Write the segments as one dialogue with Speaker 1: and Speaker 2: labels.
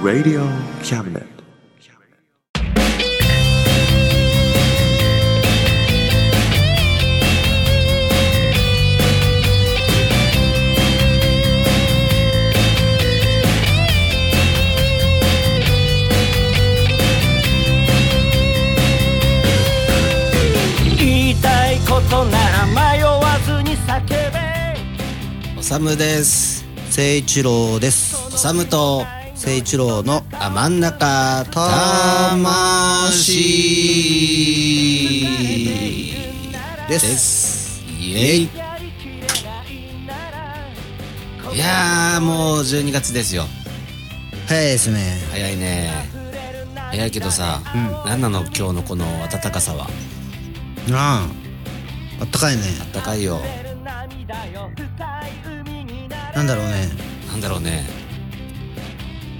Speaker 1: Radio Cabinet.
Speaker 2: 言いたいことなら迷わずに叫べ
Speaker 3: おさむです誠一郎ですおさむと誠一郎のあ真ん中魂ですですイエイ
Speaker 2: やりきないなら
Speaker 3: いやーもう12月ですよ
Speaker 4: 早いですね
Speaker 3: 早いね早いけどさ、何なの今日のこの暖かさは
Speaker 4: あああったかいね
Speaker 3: 暖かいよ
Speaker 2: 涙よ深い海になら
Speaker 4: なんだろうね
Speaker 3: なんだろうね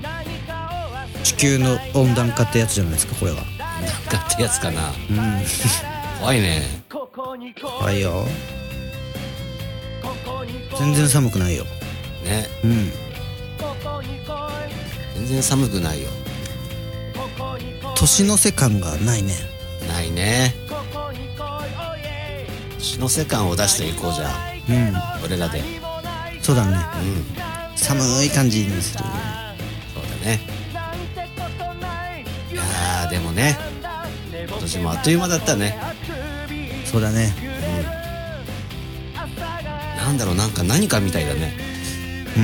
Speaker 2: 何かを忘れ
Speaker 4: 地球の温暖化ってやつじゃないですかこれは
Speaker 3: なんかってやつかな、怖いね
Speaker 2: ここに来
Speaker 4: はい
Speaker 2: い
Speaker 4: よ
Speaker 2: ここに来い
Speaker 4: 全然寒くないよ
Speaker 3: ね
Speaker 4: うん
Speaker 2: ここに来い
Speaker 3: 全然寒くないよ
Speaker 2: ここに来い
Speaker 4: 年の瀬感がないね
Speaker 3: ないね
Speaker 2: ここに来いおいえ
Speaker 3: 血の世感を出していこうじゃ
Speaker 4: うん
Speaker 3: 俺らでうん
Speaker 2: 何もない
Speaker 4: そうだね
Speaker 2: 寒
Speaker 4: 寒い感じにする
Speaker 3: そうだね
Speaker 2: なんてことない
Speaker 3: いやーでもね
Speaker 2: 今
Speaker 3: 年もあっという間だったね
Speaker 4: そうだね
Speaker 3: なんだろうなんか何かみたいだね
Speaker 4: うー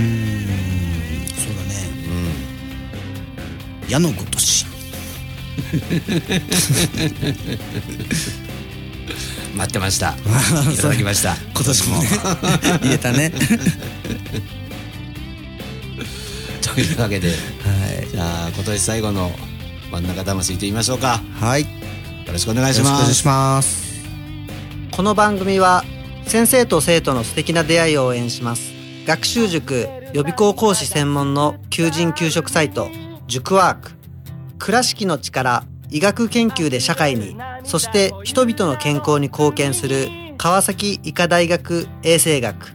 Speaker 4: んそうだ
Speaker 3: う
Speaker 4: ね
Speaker 3: ん
Speaker 4: 矢のごとし
Speaker 3: 待ってま したいただきました
Speaker 4: 今年もね 言えたね
Speaker 3: というわけで
Speaker 4: はい
Speaker 3: じゃあ今年最後の真ん中魂と言いましょうか
Speaker 4: はいよ
Speaker 3: よろしくお願い
Speaker 4: ろ
Speaker 3: し
Speaker 4: しくお
Speaker 3: ま
Speaker 4: 願い
Speaker 3: す
Speaker 4: します
Speaker 5: この番組は先生と生徒の素敵な出会いを応援します学習塾予備校講師専門の求人・求職サイト塾ワーク倉敷の力医学研究で社会にそして人々の健康に貢献する川崎医科大学衛生学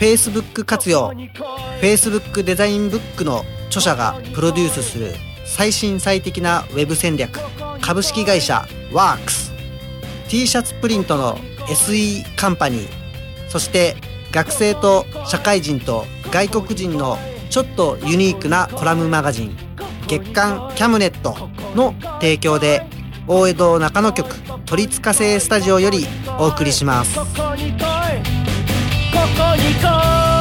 Speaker 5: Facebook 活用 Facebook デザインブックの著者がプロデュースする最新最適なウェブ戦略株式会社 WorksT シャツプリントの SE カンパニーそして学生と社会人と外国人のちょっとユニークなコラムマガジン月刊キャムネットの提供で大江戸中野局都立火星スタジオよりお送りします
Speaker 2: ここに来いここに来い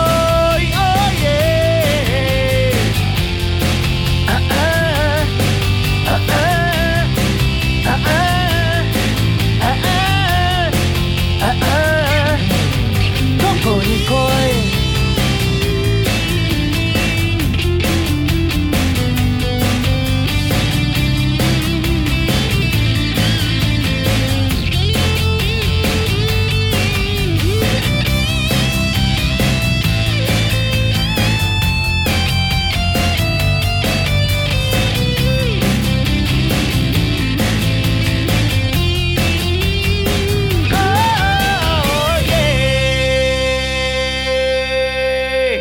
Speaker 2: Oh yeah ああああああああああここに来い Oh yeah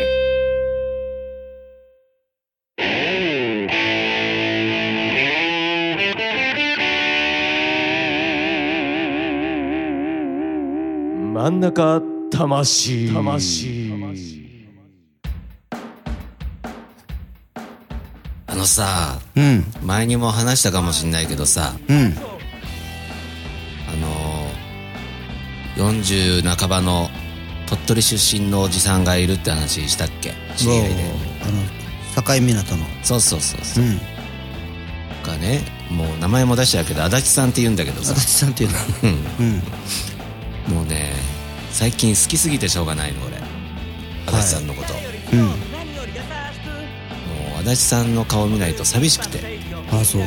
Speaker 6: 真ん中魂
Speaker 3: あのさ
Speaker 4: うん
Speaker 3: 前にも話したかもしんないけどさ
Speaker 4: うん
Speaker 3: あのー、40半ばの鳥取出身のおじさんがいるって話したっけ知り合いで
Speaker 4: あの境港の
Speaker 3: そうそうそうそううんかねもう名前も出してるけど足立さんって言うんだけど
Speaker 4: 足
Speaker 3: さ
Speaker 4: 立さんっていうの
Speaker 3: うん
Speaker 4: うん
Speaker 3: もうね最近好きすぎてしょうがないの俺足立さんのこと、
Speaker 4: うん
Speaker 3: もう足立さんの顔見ないと寂しくて
Speaker 4: ああそう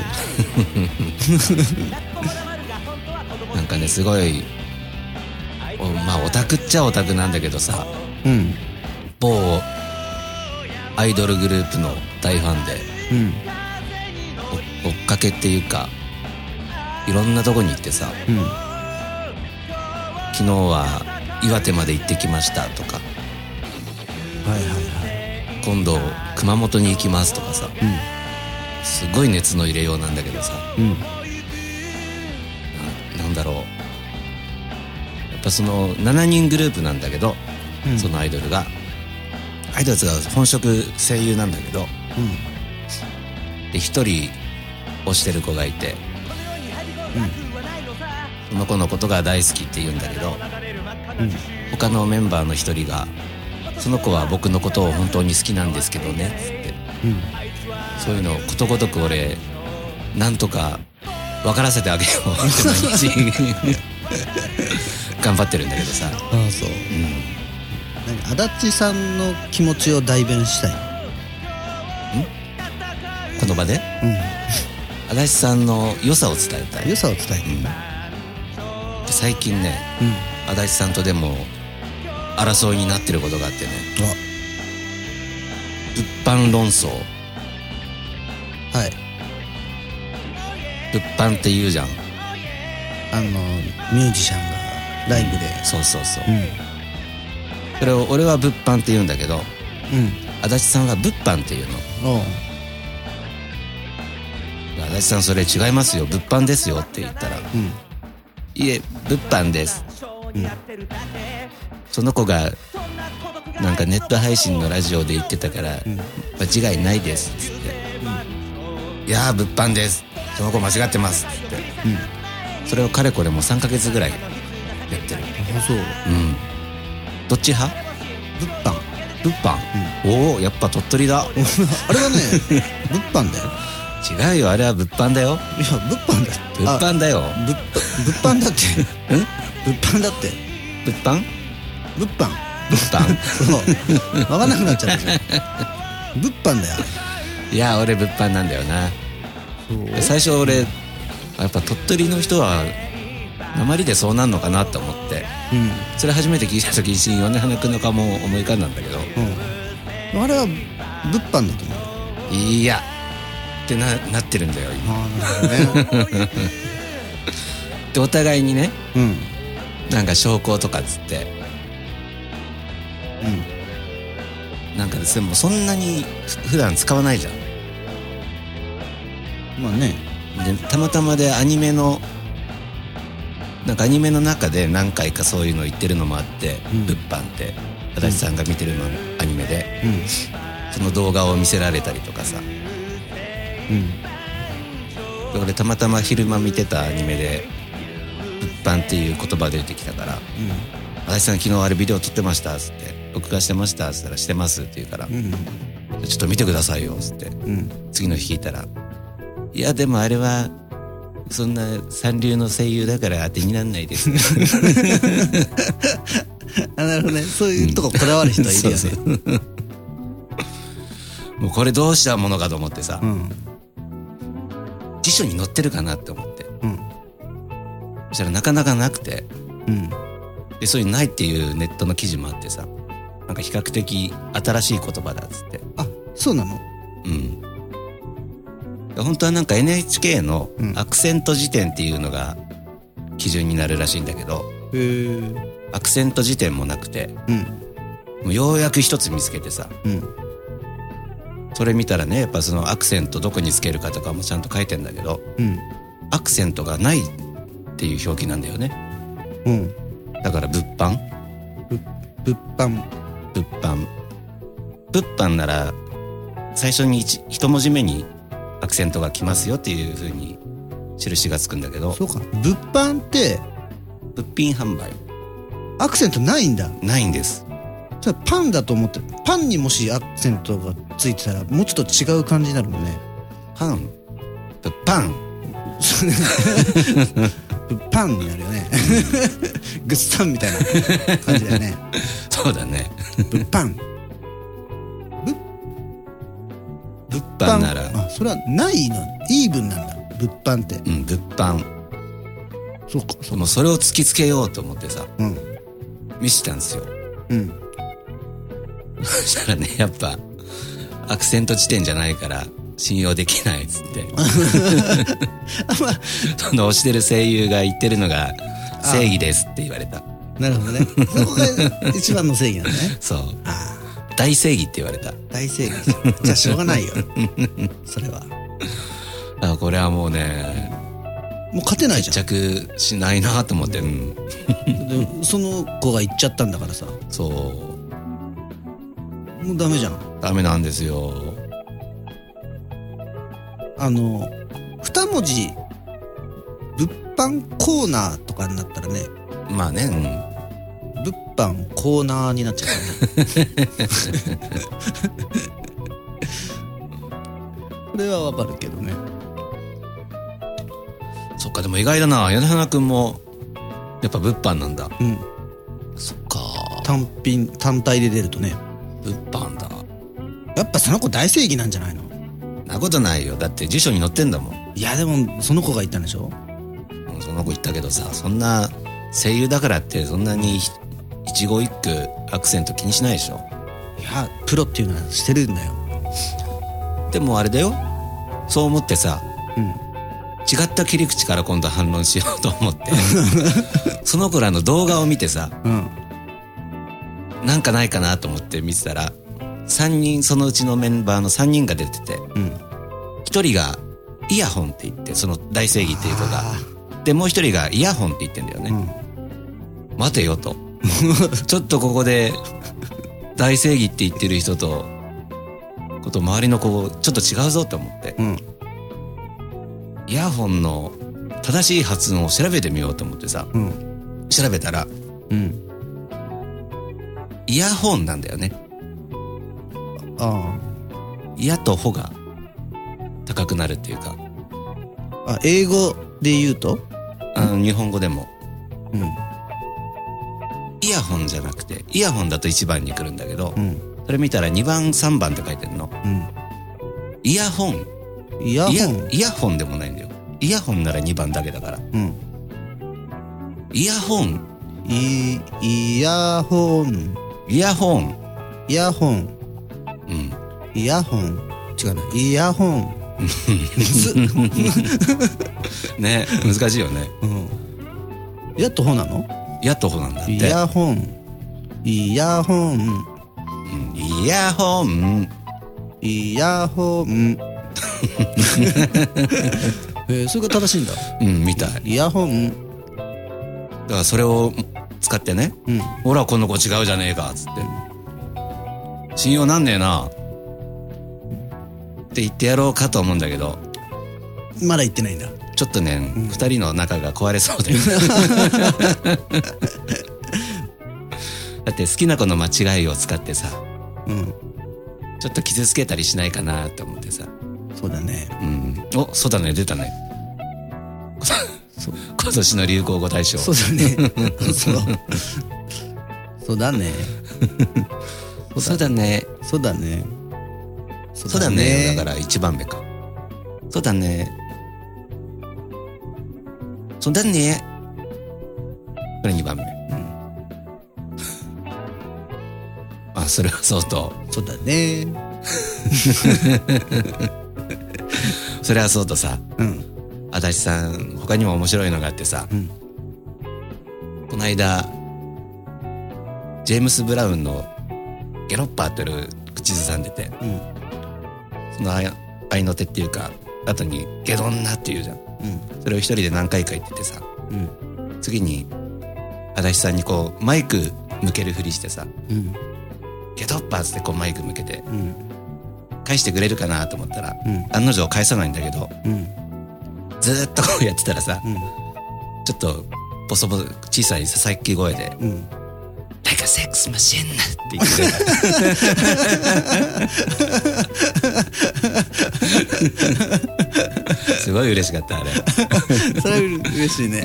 Speaker 3: なんかねすごいおまあオタクっちゃオタクなんだけどさ
Speaker 4: うん
Speaker 3: 某アイドルグループの大ファンで
Speaker 4: うん
Speaker 3: お追っかけっていうかいろんなとこに行ってさ
Speaker 4: うん
Speaker 3: 昨日は岩手まで行ってきましたとか
Speaker 4: はいはいはい
Speaker 3: 今度熊本に行きますとかさ、すごい熱の入れようなんだけどさ
Speaker 4: うん
Speaker 3: ななんだろうやっぱその7人グループなんだけど、
Speaker 4: うん
Speaker 3: そのアイドルがアイドルが本職声優なんだけどで1人推してる子がいて、その子のことが大好きって言うんだけど、他のメンバーの1人が「その子は僕のことを本当に好きなんですけどね」っつって。
Speaker 4: うん
Speaker 3: そういうのをことごとく俺なんとか分からせてあげよ うって毎日頑張ってるんだけどさ、
Speaker 4: ああそう
Speaker 3: うん、
Speaker 4: 何足立さんの気持ちを代弁したい
Speaker 3: この場で
Speaker 4: う
Speaker 3: 足立さんの良さを伝えた
Speaker 4: ん良
Speaker 3: い
Speaker 4: さを伝えて
Speaker 3: 最近ね
Speaker 4: うん
Speaker 3: 足立さんとでも争いになってることがあってね物販論争
Speaker 4: あはい
Speaker 3: 物販って言うじゃん
Speaker 4: あのミュージシャンがライブで
Speaker 3: そうそうそう、
Speaker 4: うん
Speaker 3: それを俺は物販って言うんだけど
Speaker 4: うん
Speaker 3: 足立さんは物販って言うの
Speaker 4: おう
Speaker 3: 足立さんそれ違いますよ物販ですよって言ったら
Speaker 4: うん
Speaker 3: いえ物販です、その子がなんかネット配信のラジオで言ってたから、間違いないですっつって、いやー物販ですその子間違ってますっつって、それをかれこれもう3ヶ月ぐらいやってる
Speaker 4: あそう
Speaker 3: うんどっち派
Speaker 4: 物販
Speaker 3: 物販、おおやっぱ鳥取だ
Speaker 4: あれは ね物販だよ
Speaker 3: 違うよあれは物販だよ
Speaker 4: いや物販だよ
Speaker 3: 物
Speaker 4: あ
Speaker 3: 販だよ
Speaker 4: 物物販だって
Speaker 3: ん
Speaker 4: 物販だって
Speaker 3: 物販
Speaker 4: 物販
Speaker 3: 物販
Speaker 4: そう分かんなくなっちゃったじゃ ん物販だよ
Speaker 3: いや俺物販なんだよな最初俺やっぱ鳥取の人は鉛でそうなんのかなと思って
Speaker 4: うん
Speaker 3: それ初めて聞いた時一瞬米花君の顔も思い浮かんだんだけど
Speaker 4: うんあれは物販だと思う
Speaker 3: いやってななってるんだよ今
Speaker 4: ああなるほどね
Speaker 3: でお互いにね
Speaker 4: うん
Speaker 3: なんか証拠とかっつって
Speaker 4: うん
Speaker 3: なんかですねもうそんなにふ普段使わないじゃん
Speaker 4: まあね
Speaker 3: でたまたまでアニメのなんかアニメの中で何回かそういうの言ってるのもあって、
Speaker 4: うん
Speaker 3: 物販って足立さんが見てるのアニメで
Speaker 4: うん
Speaker 3: その動画を見せられたりとかさ
Speaker 4: うん
Speaker 3: で俺たまたま昼間見てたアニメで「物販」っていう言葉出てきたから「足立さん昨日あれビデオ撮ってました」っつって「録画してました」っつったら「してます」って言うから「
Speaker 4: う
Speaker 3: じ
Speaker 4: ん
Speaker 3: ゃあちょっと見てくださいよ」っつって
Speaker 4: うんうん
Speaker 3: 次の日聞いたら「いやでもあれはそんな三流の声優だから当てになんない です」
Speaker 4: あなるほどねそういうとここだわる人はいるよね
Speaker 3: そうそう もうこれどうしたものかと思ってさ、
Speaker 4: うん
Speaker 3: 辞書に載ってるかなって思って
Speaker 4: うん
Speaker 3: そしたらなかなかなくて
Speaker 4: うん
Speaker 3: でそういうないっていうネットの記事もあってさなんか比較的新しい言葉だっつって
Speaker 4: あそうなの
Speaker 3: うんで本当はなんか NHK の
Speaker 4: うん
Speaker 3: アクセント辞典っていうのが基準になるらしいんだけど、
Speaker 4: へえ
Speaker 3: アクセント辞典もなくて
Speaker 4: うん
Speaker 3: もうようやく一つ見つけてさ
Speaker 4: うん
Speaker 3: それ見たらねやっぱそのアクセントどこにつけるかとかもちゃんと書いてんだけど
Speaker 4: うん
Speaker 3: アクセントがないっていう表記なんだよね
Speaker 4: うん
Speaker 3: だから物販
Speaker 4: 物販
Speaker 3: 物販物販なら最初に一一文字目にアクセントが来ますよっていうふうに印がつくんだけど
Speaker 4: そうか物販って
Speaker 3: 物品販売
Speaker 4: アクセントないんだ
Speaker 3: ないんです
Speaker 4: それパンだと思ってパンにもしアクセントがついてたらもうちょっと違う感じになるもんね
Speaker 3: パン物販
Speaker 4: パンになるよねグッサンみたいな感じだよね
Speaker 3: そうだね
Speaker 4: 物販物物
Speaker 3: 販なら
Speaker 4: あそれはないのイーブンなんだ物販って
Speaker 3: うん物販
Speaker 4: そうかそう
Speaker 3: もうそれを突きつけようと思ってさ
Speaker 4: うん
Speaker 3: 見せたんですよ
Speaker 4: うん
Speaker 3: そしたらねやっぱアクセント地点じゃないから信用できないっつって その推してる声優が言ってるのが正義ですって言われた
Speaker 4: なるほどねそこが一番の正 義なんだね
Speaker 3: そう
Speaker 4: ああ
Speaker 3: 大正義って言われた
Speaker 4: 大正義じゃんじゃあしょうがないよ それは
Speaker 3: あこれはもうね
Speaker 4: もう勝てないじゃん
Speaker 3: 着しないなと思ってうん
Speaker 4: でその子が行っちゃったんだからさ
Speaker 3: そう
Speaker 4: もうダメじゃん
Speaker 3: ダメなんですよ
Speaker 4: あの二文字物販コーナーとかになったらね
Speaker 3: まあねうん
Speaker 4: 物販コーナーになっちゃう からねこれはわかるけどね
Speaker 3: そっかでも意外だな柳花君もやっぱ物販なんだ
Speaker 4: うん
Speaker 3: そっか
Speaker 4: 単品単体で出るとね
Speaker 3: 物販だ
Speaker 4: やっぱその子大正義なんじゃないの
Speaker 3: なことないよだって辞書に載ってんだもん
Speaker 4: いやでもその子が言ったんでしょ
Speaker 3: うんその子言ったけどさそんな声優だからってそんなにひ一語一句アクセント気にしないでしょ
Speaker 4: いやプロっていうのはしてるんだよ
Speaker 3: でもあれだよそう思ってさ、違った切り口から今度反論しようと思ってその子らの動画を見てさ
Speaker 4: うん
Speaker 3: なんかないかなと思って見てたら3人そのうちのメンバーの3人が出てて
Speaker 4: うん
Speaker 3: 1人がイヤホンって言ってその大正義っていう子
Speaker 4: あ
Speaker 3: がでもう1人がイヤホンって言ってんだよね、待てよと ちょっとここで大正義って言ってる人とこと周りの子ちょっと違うぞと思って
Speaker 4: うん
Speaker 3: イヤホンの正しい発音を調べてみようと思ってさ
Speaker 4: うん
Speaker 3: 調べたら
Speaker 4: うん
Speaker 3: イヤホンなんだよね
Speaker 4: あ
Speaker 3: イヤとホが高くなるっていうか
Speaker 4: ああ英語で言うと
Speaker 3: あの日本語でも
Speaker 4: うん
Speaker 3: イヤホンじゃなくてイヤホンだと1番に来るんだけど、
Speaker 4: ん
Speaker 3: それ見たら2番3番って書いてるのイヤホン
Speaker 4: うんイヤホ
Speaker 3: イヤ
Speaker 4: ン
Speaker 3: イヤホンでもないんだよイヤホンなら2番だけだから
Speaker 4: うん
Speaker 3: イヤホン
Speaker 4: イイヤホン
Speaker 3: イヤホン
Speaker 4: イヤホン
Speaker 3: うん
Speaker 4: イヤホン違うなイヤホン
Speaker 3: ね難しいよね
Speaker 4: うんイヤとホなの
Speaker 3: イヤとホなんだって
Speaker 4: イヤホンイヤホ
Speaker 3: う
Speaker 4: ン
Speaker 3: んイヤホン
Speaker 4: イヤホンえー、それが正しいんだ
Speaker 3: うんみたい
Speaker 4: イヤホン
Speaker 3: だからそれを使ってね
Speaker 4: うん
Speaker 3: 「ほらこの子違うじゃねえか」っつって「信用なんねえな」って言ってやろうかと思うんだけど
Speaker 4: まだ言ってないんだ
Speaker 3: ちょっとね、二人の仲が壊れそう でだって好きな子の間違いを使ってさ
Speaker 4: うん
Speaker 3: ちょっと傷つけたりしないかなと思ってさ
Speaker 4: そうだね
Speaker 3: うんおそうだね出たね 今年の流行語大賞
Speaker 4: そうだねそうそうだね
Speaker 3: そうだね
Speaker 4: そうだねそ
Speaker 3: そうだね。だから一番目か。そうだね。そうだね。これ二番目。 あ、それはそうと。
Speaker 4: そうだね
Speaker 3: それはそうとさ、
Speaker 4: うん
Speaker 3: 足立さん、他にも面白いのがあってさ、
Speaker 4: うん
Speaker 3: この間、ジェームス・ブラウンのゲロッパーってる口ずさんでて、
Speaker 4: うん
Speaker 3: その愛愛の手っていうか、後にゲドンなって言うじゃん。
Speaker 4: うん
Speaker 3: それを一人で何回か言っててさ
Speaker 4: うん
Speaker 3: 次に足立さんにこうマイク向けるふりしてさ
Speaker 4: うん
Speaker 3: 「ゲドッパー」っつってこうマイク向けて
Speaker 4: うん
Speaker 3: 返してくれるかなと思ったら、
Speaker 4: うん
Speaker 3: 案の定返さないんだけど
Speaker 4: うん
Speaker 3: ずーっとこうやってたらさ、
Speaker 4: ん
Speaker 3: ちょっとボソボソ小さい佐々木声で
Speaker 4: うん
Speaker 3: 「なんかセックスマシン」って言ってくれた すごい嬉しかったあれ、
Speaker 4: それは嬉しいね、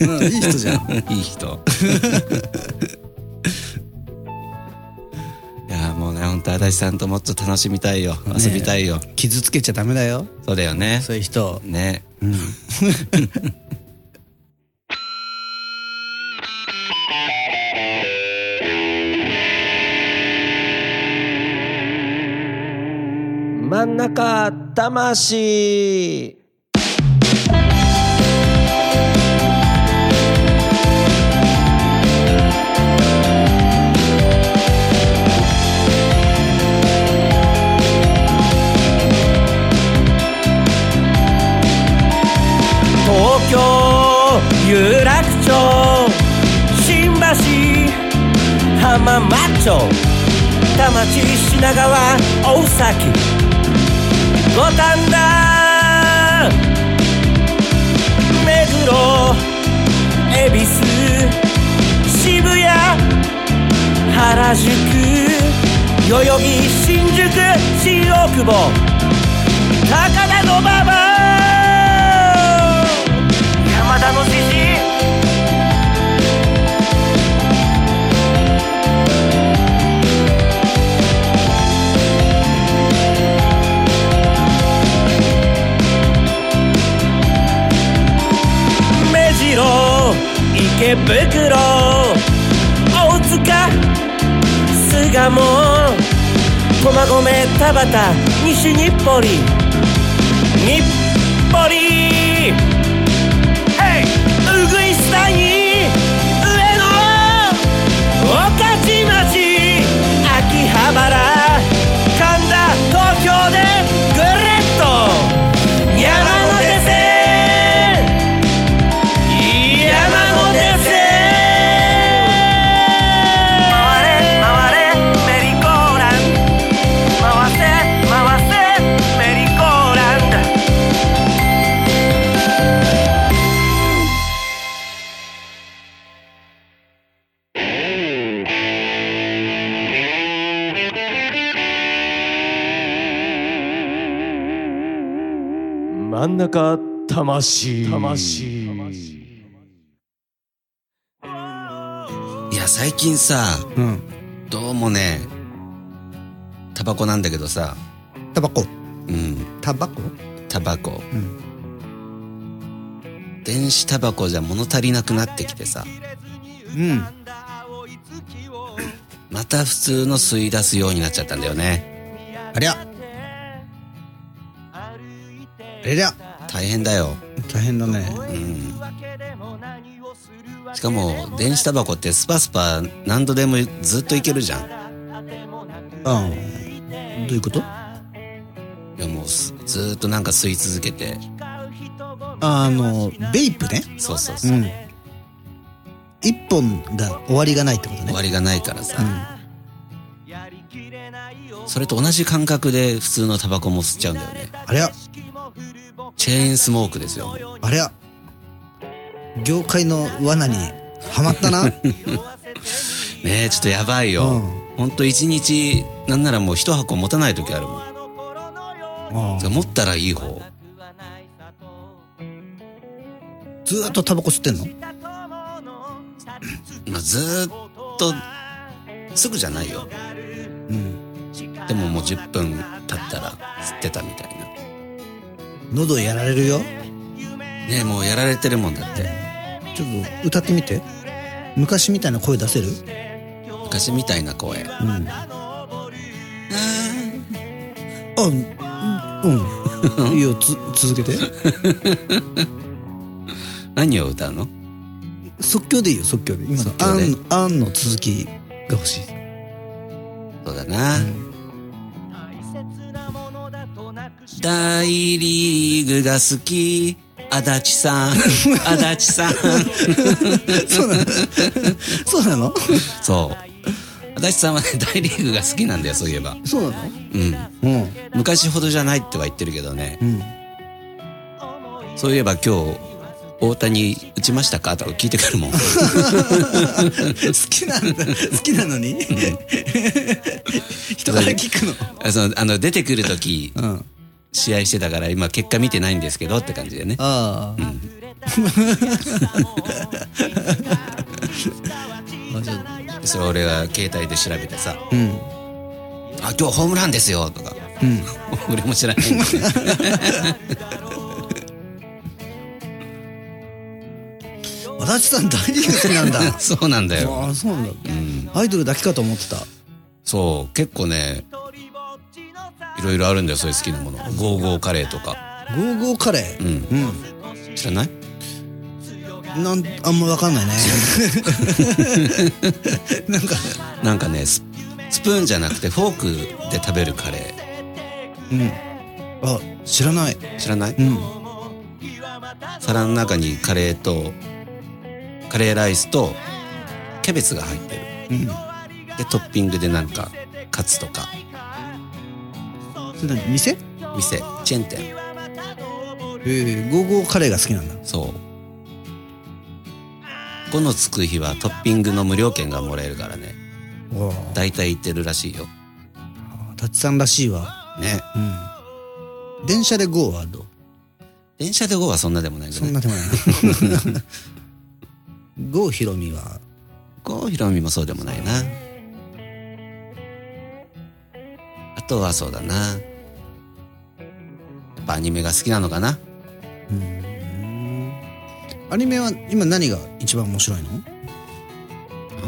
Speaker 3: う
Speaker 4: うん、いい人じゃん
Speaker 3: ん、 いい人いやーもうね本当足立さんともっと楽しみたいよ遊びたいよ、
Speaker 4: 傷つけちゃダメだよ
Speaker 3: そうだよね
Speaker 4: そういう人を
Speaker 3: ね
Speaker 6: 真ん中魂
Speaker 2: 東京有楽町新橋浜松町田町品川大崎五反田目黒恵比寿渋谷原宿代々木新宿新大久保高田の馬場山田の獅子目白池袋大塚巣鴨駒込田端西日暮里日暮里ヘイうぐいす谷上野御徒町秋葉原神田東京でぐるっと山手線山手線回れ回れメリーゴーランド回せ回せメリーゴーランド
Speaker 6: 真ん中魂魂
Speaker 3: いや最近さ
Speaker 4: うん
Speaker 3: どうもねタバコなんだけどさ
Speaker 4: タバコ
Speaker 3: うん
Speaker 4: タバコ
Speaker 3: タバコ、
Speaker 4: うん
Speaker 3: 電子タバコじゃ物足りなくなってきてさ
Speaker 4: うん
Speaker 3: また普通の吸い出すようになっちゃったんだよね
Speaker 4: ありゃあれりゃ
Speaker 3: 大変だよ
Speaker 4: 大変だね
Speaker 3: うんしかも電子タバコってスパスパ何度でもずっといけるじゃん
Speaker 4: うんどういうことあ
Speaker 3: いやもうすずーっとなんか吸い続けて
Speaker 4: のベイプね
Speaker 3: そうそうそうう、
Speaker 4: ん一本が終わりがないってこと
Speaker 3: 終
Speaker 4: ね
Speaker 3: わりがないからさ、
Speaker 4: う
Speaker 3: それと同じ感覚で普通のタバコも吸っちゃうんだよね
Speaker 4: んありゃ
Speaker 3: チェーンスモークですよもう
Speaker 4: ありゃ業界の罠にはま ったな
Speaker 3: ねえちょっとやばいよ、
Speaker 4: うん
Speaker 3: ほんと一日なんならもう一箱持たない時あるもん
Speaker 4: うん
Speaker 3: だから持ったらいい方
Speaker 4: ずーっとタバコ吸ってんの
Speaker 3: まあ、ずーっとすぐじゃないよ
Speaker 4: うん
Speaker 3: でももう10分経ったら吸ってたみたいな
Speaker 4: 喉やられるよ
Speaker 3: ねえもうやられてるもんだって
Speaker 4: ちょっと歌ってみて昔みたいな声出せる
Speaker 3: 昔みたいな声
Speaker 4: うんあうん うんいいよつ続けて
Speaker 3: 何を歌うの
Speaker 4: 即興でいいよ即興で今の
Speaker 3: 即
Speaker 4: あ
Speaker 3: 興で
Speaker 4: んあんの続きが欲しい
Speaker 3: そうだな、大リーグが好き足立さ ん足立さん
Speaker 4: そうなの
Speaker 3: そう足立さんはね大リーグが好きなんだよそういえば
Speaker 4: そうなの
Speaker 3: うん
Speaker 4: うん
Speaker 3: 昔ほどじゃないっては言ってるけどね
Speaker 4: うん
Speaker 3: そういえば今日大谷打ちましたかとか聞いてくるも ん
Speaker 4: 好きなんだ好きなのに人から聞くの
Speaker 3: あそのあの出てくる時
Speaker 4: うんあ
Speaker 3: 試合してたから今結果見てないんですけどって感じでね
Speaker 4: あ、あじゃあ
Speaker 3: それ俺は携帯で調べてさ
Speaker 4: うん
Speaker 3: あ今日ホームランですよとか
Speaker 4: うん。
Speaker 3: 俺も知らないんで
Speaker 4: 足立さん大リーグ好きなん だ。
Speaker 3: そうなんだよ、
Speaker 4: ああ、そうなんだ。
Speaker 3: うん、
Speaker 4: アイドルだけかと思ってた。
Speaker 3: そう結構ねいろいろあるんだよそういう好きなものゴーゴーカレーとか
Speaker 4: ゴーゴーカレ
Speaker 3: う
Speaker 4: ー。
Speaker 3: ん
Speaker 4: うん。
Speaker 3: 知らない
Speaker 4: なん、あんまわかん ないね。なんか、
Speaker 3: なんかねススプーンじゃなくてフォークで食べるカレ
Speaker 4: うん。あ、知らない。
Speaker 3: ー知らない
Speaker 4: うん。
Speaker 3: 皿の中にカレーとカレーライスとキャベツが入ってる
Speaker 4: うん。
Speaker 3: でトッピングでなんかカツとか
Speaker 4: それ何店
Speaker 3: 店チェーン店
Speaker 4: ええゴーゴーカレーが好きなんだ。
Speaker 3: そう5のつく日はトッピングの無料券がもらえるからね
Speaker 4: わ
Speaker 3: 大体行ってるらしいよ
Speaker 4: あ、たちさんらしいわ。
Speaker 3: ね
Speaker 4: うん。電車でゴーはどう
Speaker 3: 電車で5はそんなでもないけ
Speaker 4: そ
Speaker 3: ど
Speaker 4: ん
Speaker 3: ね
Speaker 4: なでもない。ゴーひろみは、
Speaker 3: 5ひろみもそうでもないなあとはそうだなやっぱアニメが好きなのかな
Speaker 4: アニメは今何が一番面白いの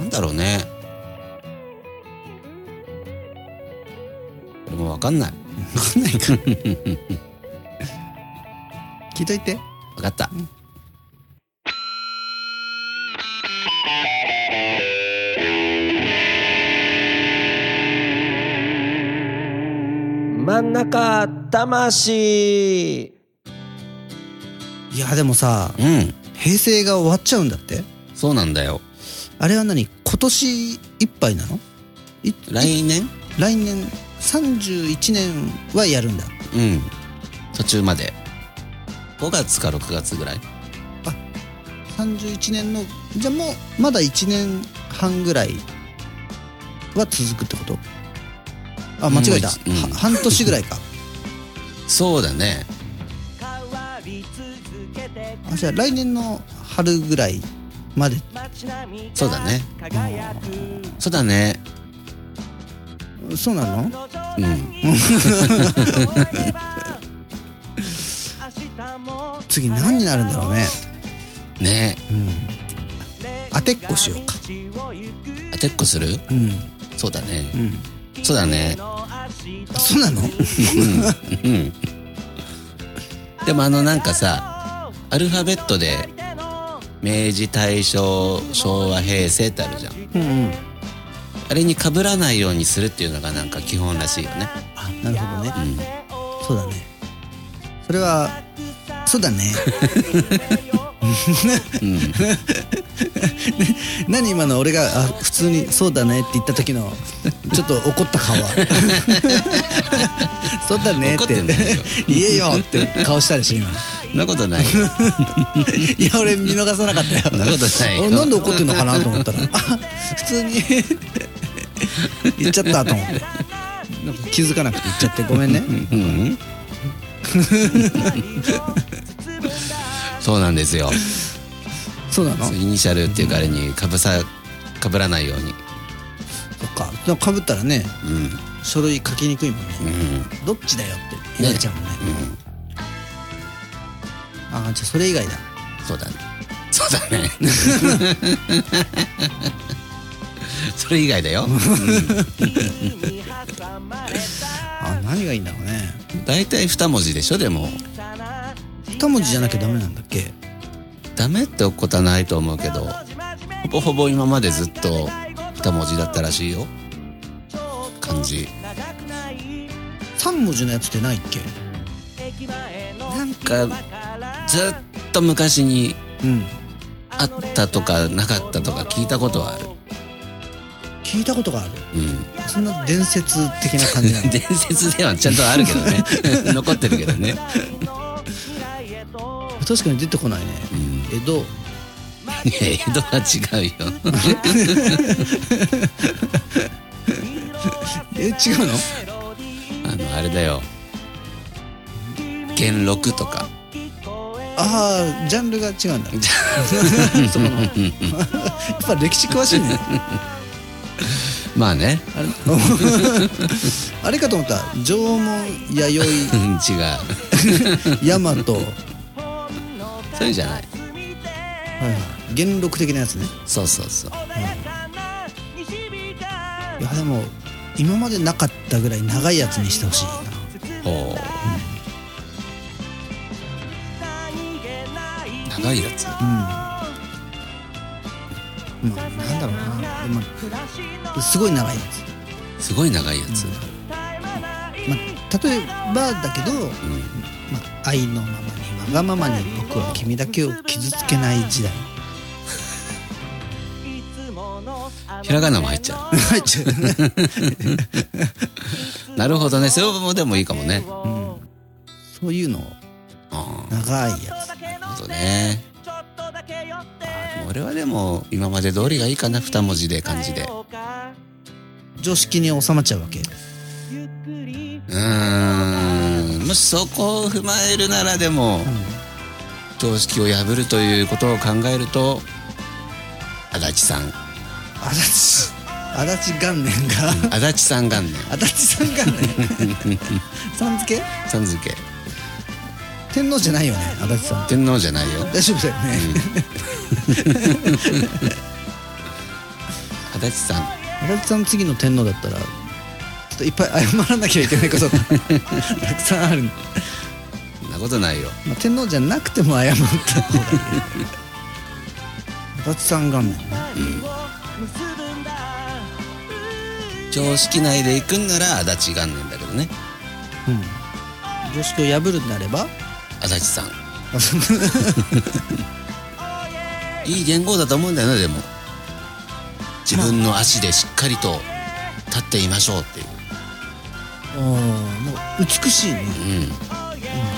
Speaker 3: なんだろうね俺もわかんない
Speaker 4: わかんない か。聞いといて。
Speaker 3: わかった
Speaker 6: 真ん中魂
Speaker 4: いや、でもさ、
Speaker 3: うん
Speaker 4: 平成が終わっちゃうんだって
Speaker 3: そうなんだよ
Speaker 4: あれは何今年いっぱいなのい
Speaker 3: 来年
Speaker 4: 来年31年はやるんだ。
Speaker 3: うん途中まで5月か6月ぐらい
Speaker 4: 31年の、じゃあもうまだ1年半ぐらいは続くってことあ、間違えた。
Speaker 3: もういうん
Speaker 4: は半年ぐらいか。
Speaker 3: そうだね
Speaker 4: あじゃあ来年の春ぐらいまで
Speaker 3: そうだねそうだね
Speaker 4: そうなの
Speaker 3: うん
Speaker 4: 次何になるんだろうね
Speaker 3: ね
Speaker 4: 当てっこしようか
Speaker 3: 当てっこする
Speaker 4: うん
Speaker 3: そうだね
Speaker 4: うん
Speaker 3: そうだね
Speaker 4: あそうなの
Speaker 3: うんでもあのなんかさアルファベットで明治大正昭和平成ってあるじゃん
Speaker 4: うんうん
Speaker 3: あれに被らないようにするっていうのがなんか基本らしいよね
Speaker 4: あなるほどね
Speaker 3: うん
Speaker 4: そうだねそれはそうだね 何今の俺があ普通に「そうだね」って言った時のちょっと怒った 顔はそうだね
Speaker 3: 怒
Speaker 4: っ
Speaker 3: って
Speaker 4: て
Speaker 3: んだよ
Speaker 4: 言えよって顔したでしょ今
Speaker 3: そんなことないよ
Speaker 4: いや俺見逃さなか ったよ
Speaker 3: そんなことないよ
Speaker 4: あなんで怒ってんのかなと思ったら あ普通に 言っちゃったと思ってなんか気づかなくて言っちゃってごめんね
Speaker 3: うんそうなんですよ
Speaker 4: そうなの
Speaker 3: そうイ
Speaker 4: そ
Speaker 3: ニシャルっていうかあれにかぶさかぶらないように
Speaker 4: っかでもかぶったらね
Speaker 3: うん
Speaker 4: 書類書きにくいもんね
Speaker 3: うん
Speaker 4: どっちだよって言われちゃうもんねああじゃあそれ以外だ
Speaker 3: そうだねそうだね それ以外だよ
Speaker 4: あ何がいいんだろうね
Speaker 3: 大体二文字でしょでも
Speaker 4: 二文字じゃなきゃダメなんだっけ
Speaker 3: ダメってことはないと思うけどほぼほぼ今までずっと二文字だったらしいよ漢字
Speaker 4: 三文字のやつってないっけ
Speaker 3: なんかずっと昔に
Speaker 4: うん
Speaker 3: あったとかなかったとか聞いたことはある
Speaker 4: 聞いたことがある
Speaker 3: うん
Speaker 4: そんな伝説的な感じなんだ
Speaker 3: 伝説 ではちゃんとあるけど ね残ってるけどね
Speaker 4: 確かに出てこないね
Speaker 3: うん
Speaker 4: 江戸
Speaker 3: いや江戸は違うよ
Speaker 4: え違うの
Speaker 3: あのあれだよ元禄とか
Speaker 4: ああジャンルが違うんだ そこのやっぱ歴史詳しいね
Speaker 3: まあね
Speaker 4: あれあれかと思った縄文弥
Speaker 3: う
Speaker 4: 生
Speaker 3: ん違う
Speaker 4: 大和はい
Speaker 3: そういうんじゃない
Speaker 4: はい元禄的なやつね
Speaker 3: そうそうそう
Speaker 4: いやでも今までなかったぐらい長いやつにしてほしい
Speaker 3: ほう長いやつ
Speaker 4: なうん、うん、なんだろうなでもすごい長いやつ、
Speaker 3: すごい長いやつ、
Speaker 4: まあ、例えばだけど、
Speaker 3: うん
Speaker 4: まあ、愛のままにわがままに僕は君だけを傷つけない時代
Speaker 3: ひらがなも入っちゃ
Speaker 4: 入っちゃう
Speaker 3: うなるほどねそれもでもいいかもね
Speaker 4: そういうの
Speaker 3: あ
Speaker 4: 長いやつ
Speaker 3: あなるほどね俺はでも今まで通りがいいかな二文字で漢字で
Speaker 4: 常識に収まっちゃうわけ
Speaker 3: うーんもしそこを踏まえるならでも、常識を破るということを考えると足立さん
Speaker 4: 足立足立元年が
Speaker 3: 足立さん元年
Speaker 4: 足立さん元年さん付け
Speaker 3: さん付け
Speaker 4: 天皇じゃないよね足立さん
Speaker 3: 天皇じゃないよ
Speaker 4: 大丈夫だよね、
Speaker 3: 足立さん
Speaker 4: 足立さん次の天皇だったらちょっといっぱい謝らなきゃいけない ことがたくさんある、ま
Speaker 3: そんなことないよ
Speaker 4: あ、天皇じゃなくても謝った方がいい 足立さん元年ね
Speaker 3: 常識内で行くんなら足立元年だけどね
Speaker 4: うん常識を破るんであれば
Speaker 3: 足立さんいい言語だと思うんだよねでも自分の足でしっかりと立っていましょうっていう
Speaker 4: おーなんか美しいね、うん、
Speaker 3: うん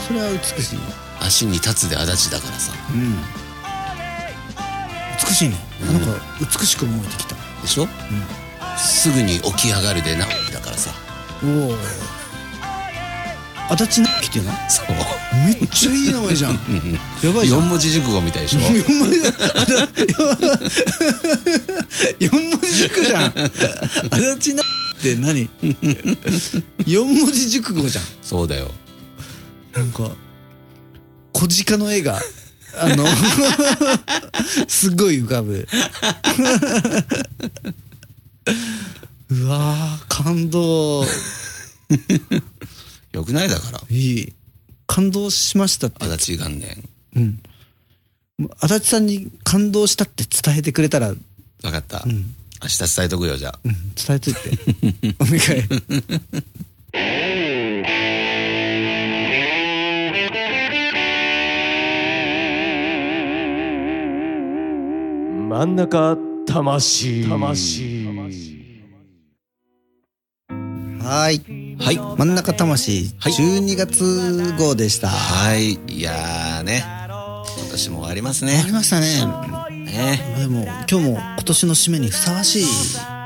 Speaker 4: それは美しい
Speaker 3: 足に立つで足立だからさ
Speaker 4: うん美しいね、なんか美しく思えてきた
Speaker 3: でしょ、すぐに起き上がるで直樹だからさ
Speaker 4: おお足立直樹っていうの
Speaker 3: そう
Speaker 4: めっちゃいい名前じゃん やばいじゃん
Speaker 3: 4文字熟語みたいでしょ
Speaker 4: 四文字だあだ四文字熟じゃん足立なって何四文字熟語じゃん
Speaker 3: そうだよ
Speaker 4: なんか小鹿の絵があのすっごい浮かぶうわー感動
Speaker 3: よくないだから
Speaker 4: いい感動しましたって
Speaker 3: 足立元年
Speaker 4: うん足立さんに感動したって伝えてくれたら
Speaker 3: 分かった、
Speaker 4: ん
Speaker 3: 明日伝えとくよじゃあ
Speaker 4: うん伝えといてお願い
Speaker 6: 真ん中魂魂
Speaker 4: はい
Speaker 3: はい
Speaker 4: 真ん中魂
Speaker 3: はい
Speaker 4: 12月号でした、
Speaker 3: はいいやーね今年も終わりますね
Speaker 4: ありましたね
Speaker 3: ね
Speaker 4: でも今日も今年の締めにふさわしい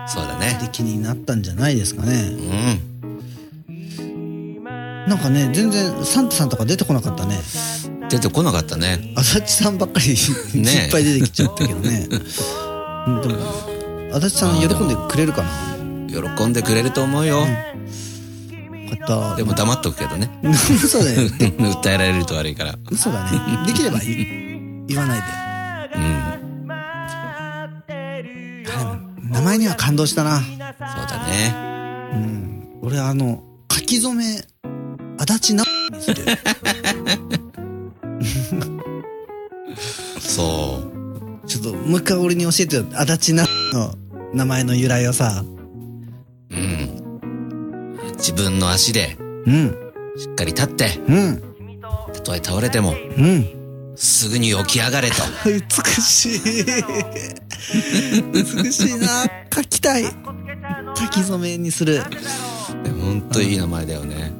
Speaker 3: そうだね
Speaker 4: 出来になったんじゃないですかね
Speaker 3: うん
Speaker 4: なんかね全然サンタさんとか出てこなかったね
Speaker 3: 出てこなかったね
Speaker 4: 足立さんばっかり
Speaker 3: ねえ
Speaker 4: いっぱい出てきちゃったけ どねうんでも足立さん喜んでくれるかな
Speaker 3: 喜んでくれると思うよ、
Speaker 4: よかった
Speaker 3: でも黙っとくけどね
Speaker 4: 嘘だよ
Speaker 3: 訴えられると悪いから
Speaker 4: 嘘だねできれば言言わないで
Speaker 3: うん
Speaker 4: 名前には感動したな
Speaker 3: そうだね
Speaker 4: うん俺あの書き初め足立なにする
Speaker 3: そう
Speaker 4: ちょっともう一回俺に教えてよ足立なの名前の由来をさ
Speaker 3: うん。自分の足で
Speaker 4: うん
Speaker 3: しっかり立って、
Speaker 4: うん
Speaker 3: たとえ倒れても
Speaker 4: うん
Speaker 3: すぐに起き上が れと。
Speaker 4: 美し い美しいな書きたい書き初めにする
Speaker 3: ほんといい名前だよね。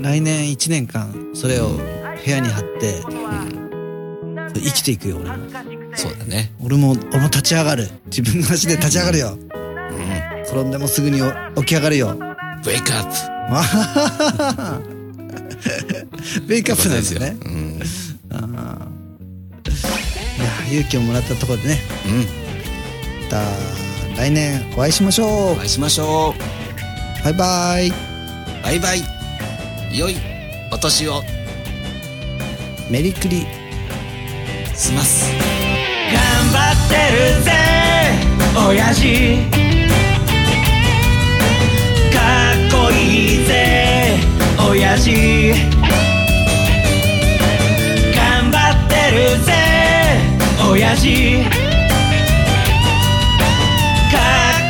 Speaker 4: 来年1年間それを部屋に貼って、生きていくよ俺も
Speaker 3: そうだね。
Speaker 4: 俺も俺も立ち上がる自分の足で立ち上がる
Speaker 3: う
Speaker 4: よ
Speaker 3: ん。
Speaker 4: 転んでもすぐに起き上がるよ
Speaker 3: Wake up!
Speaker 4: ベイクアップなんですよ
Speaker 3: う
Speaker 4: ね
Speaker 3: ん。うん。
Speaker 4: いや勇気をもらったところでねまた来年お会いしましょ
Speaker 3: お会いしましょう
Speaker 4: うバイバイ
Speaker 3: バイバイ良いお年を
Speaker 4: メリクリ
Speaker 3: 済ます
Speaker 2: 頑張ってるぜ親父かっこいいぜ親父頑張ってるぜ親父か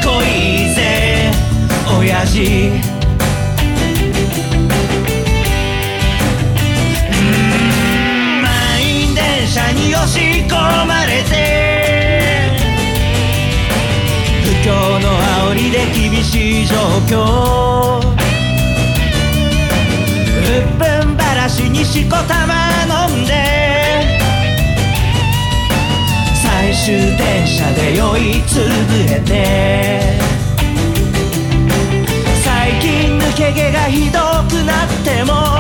Speaker 2: っこいいぜ親父満員電車に押し込まれて不況の煽りで厳しい状況うっぷんばらしにしこたま飲んで最終電車で酔いつぶれて最近抜け毛がひどくなっても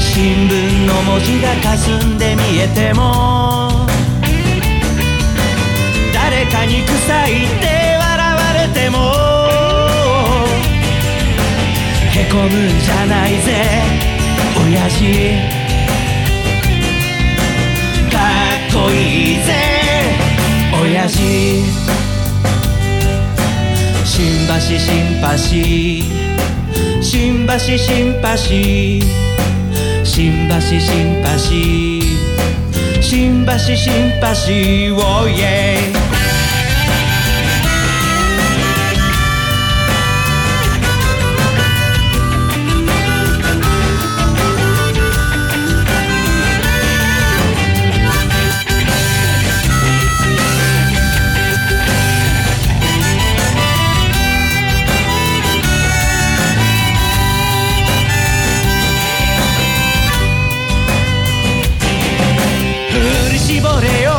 Speaker 2: 新聞の文字が霞んで見えても誰かに臭いって笑われてもへこむんじゃないぜ親父かっこいいぜ親父新橋シンパシー新橋シンパシー新橋新橋新橋新橋おいえ振り絞れよ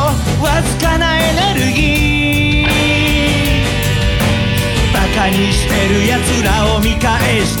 Speaker 2: わずかなエネルギーバカにしてるやつらを見返し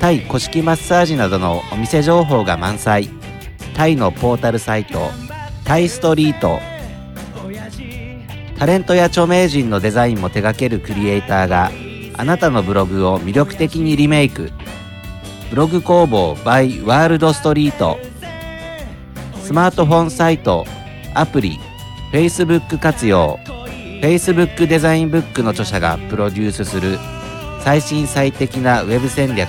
Speaker 5: タイ古式マッサージなどのお店情報が満載タイのポータルサイトタイストリートタレントや著名人のデザインも手掛けるクリエイターがあなたのブログを魅力的にリメイクブログ工房 by ワールドストリートスマートフォンサイトアプリ Facebook 活用 Facebook デザインブックの著者がプロデュースする最新最適なウェブ戦略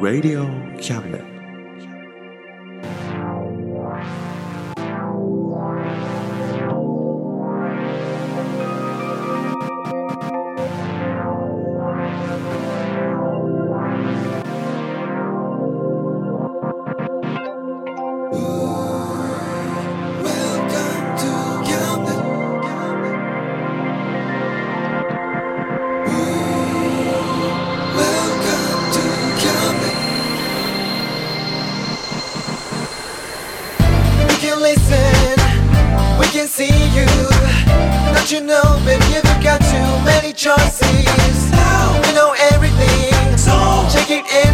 Speaker 1: Radio Cabinet.
Speaker 7: Welcome you know, baby, you've got too many choices. You know everything, so check it in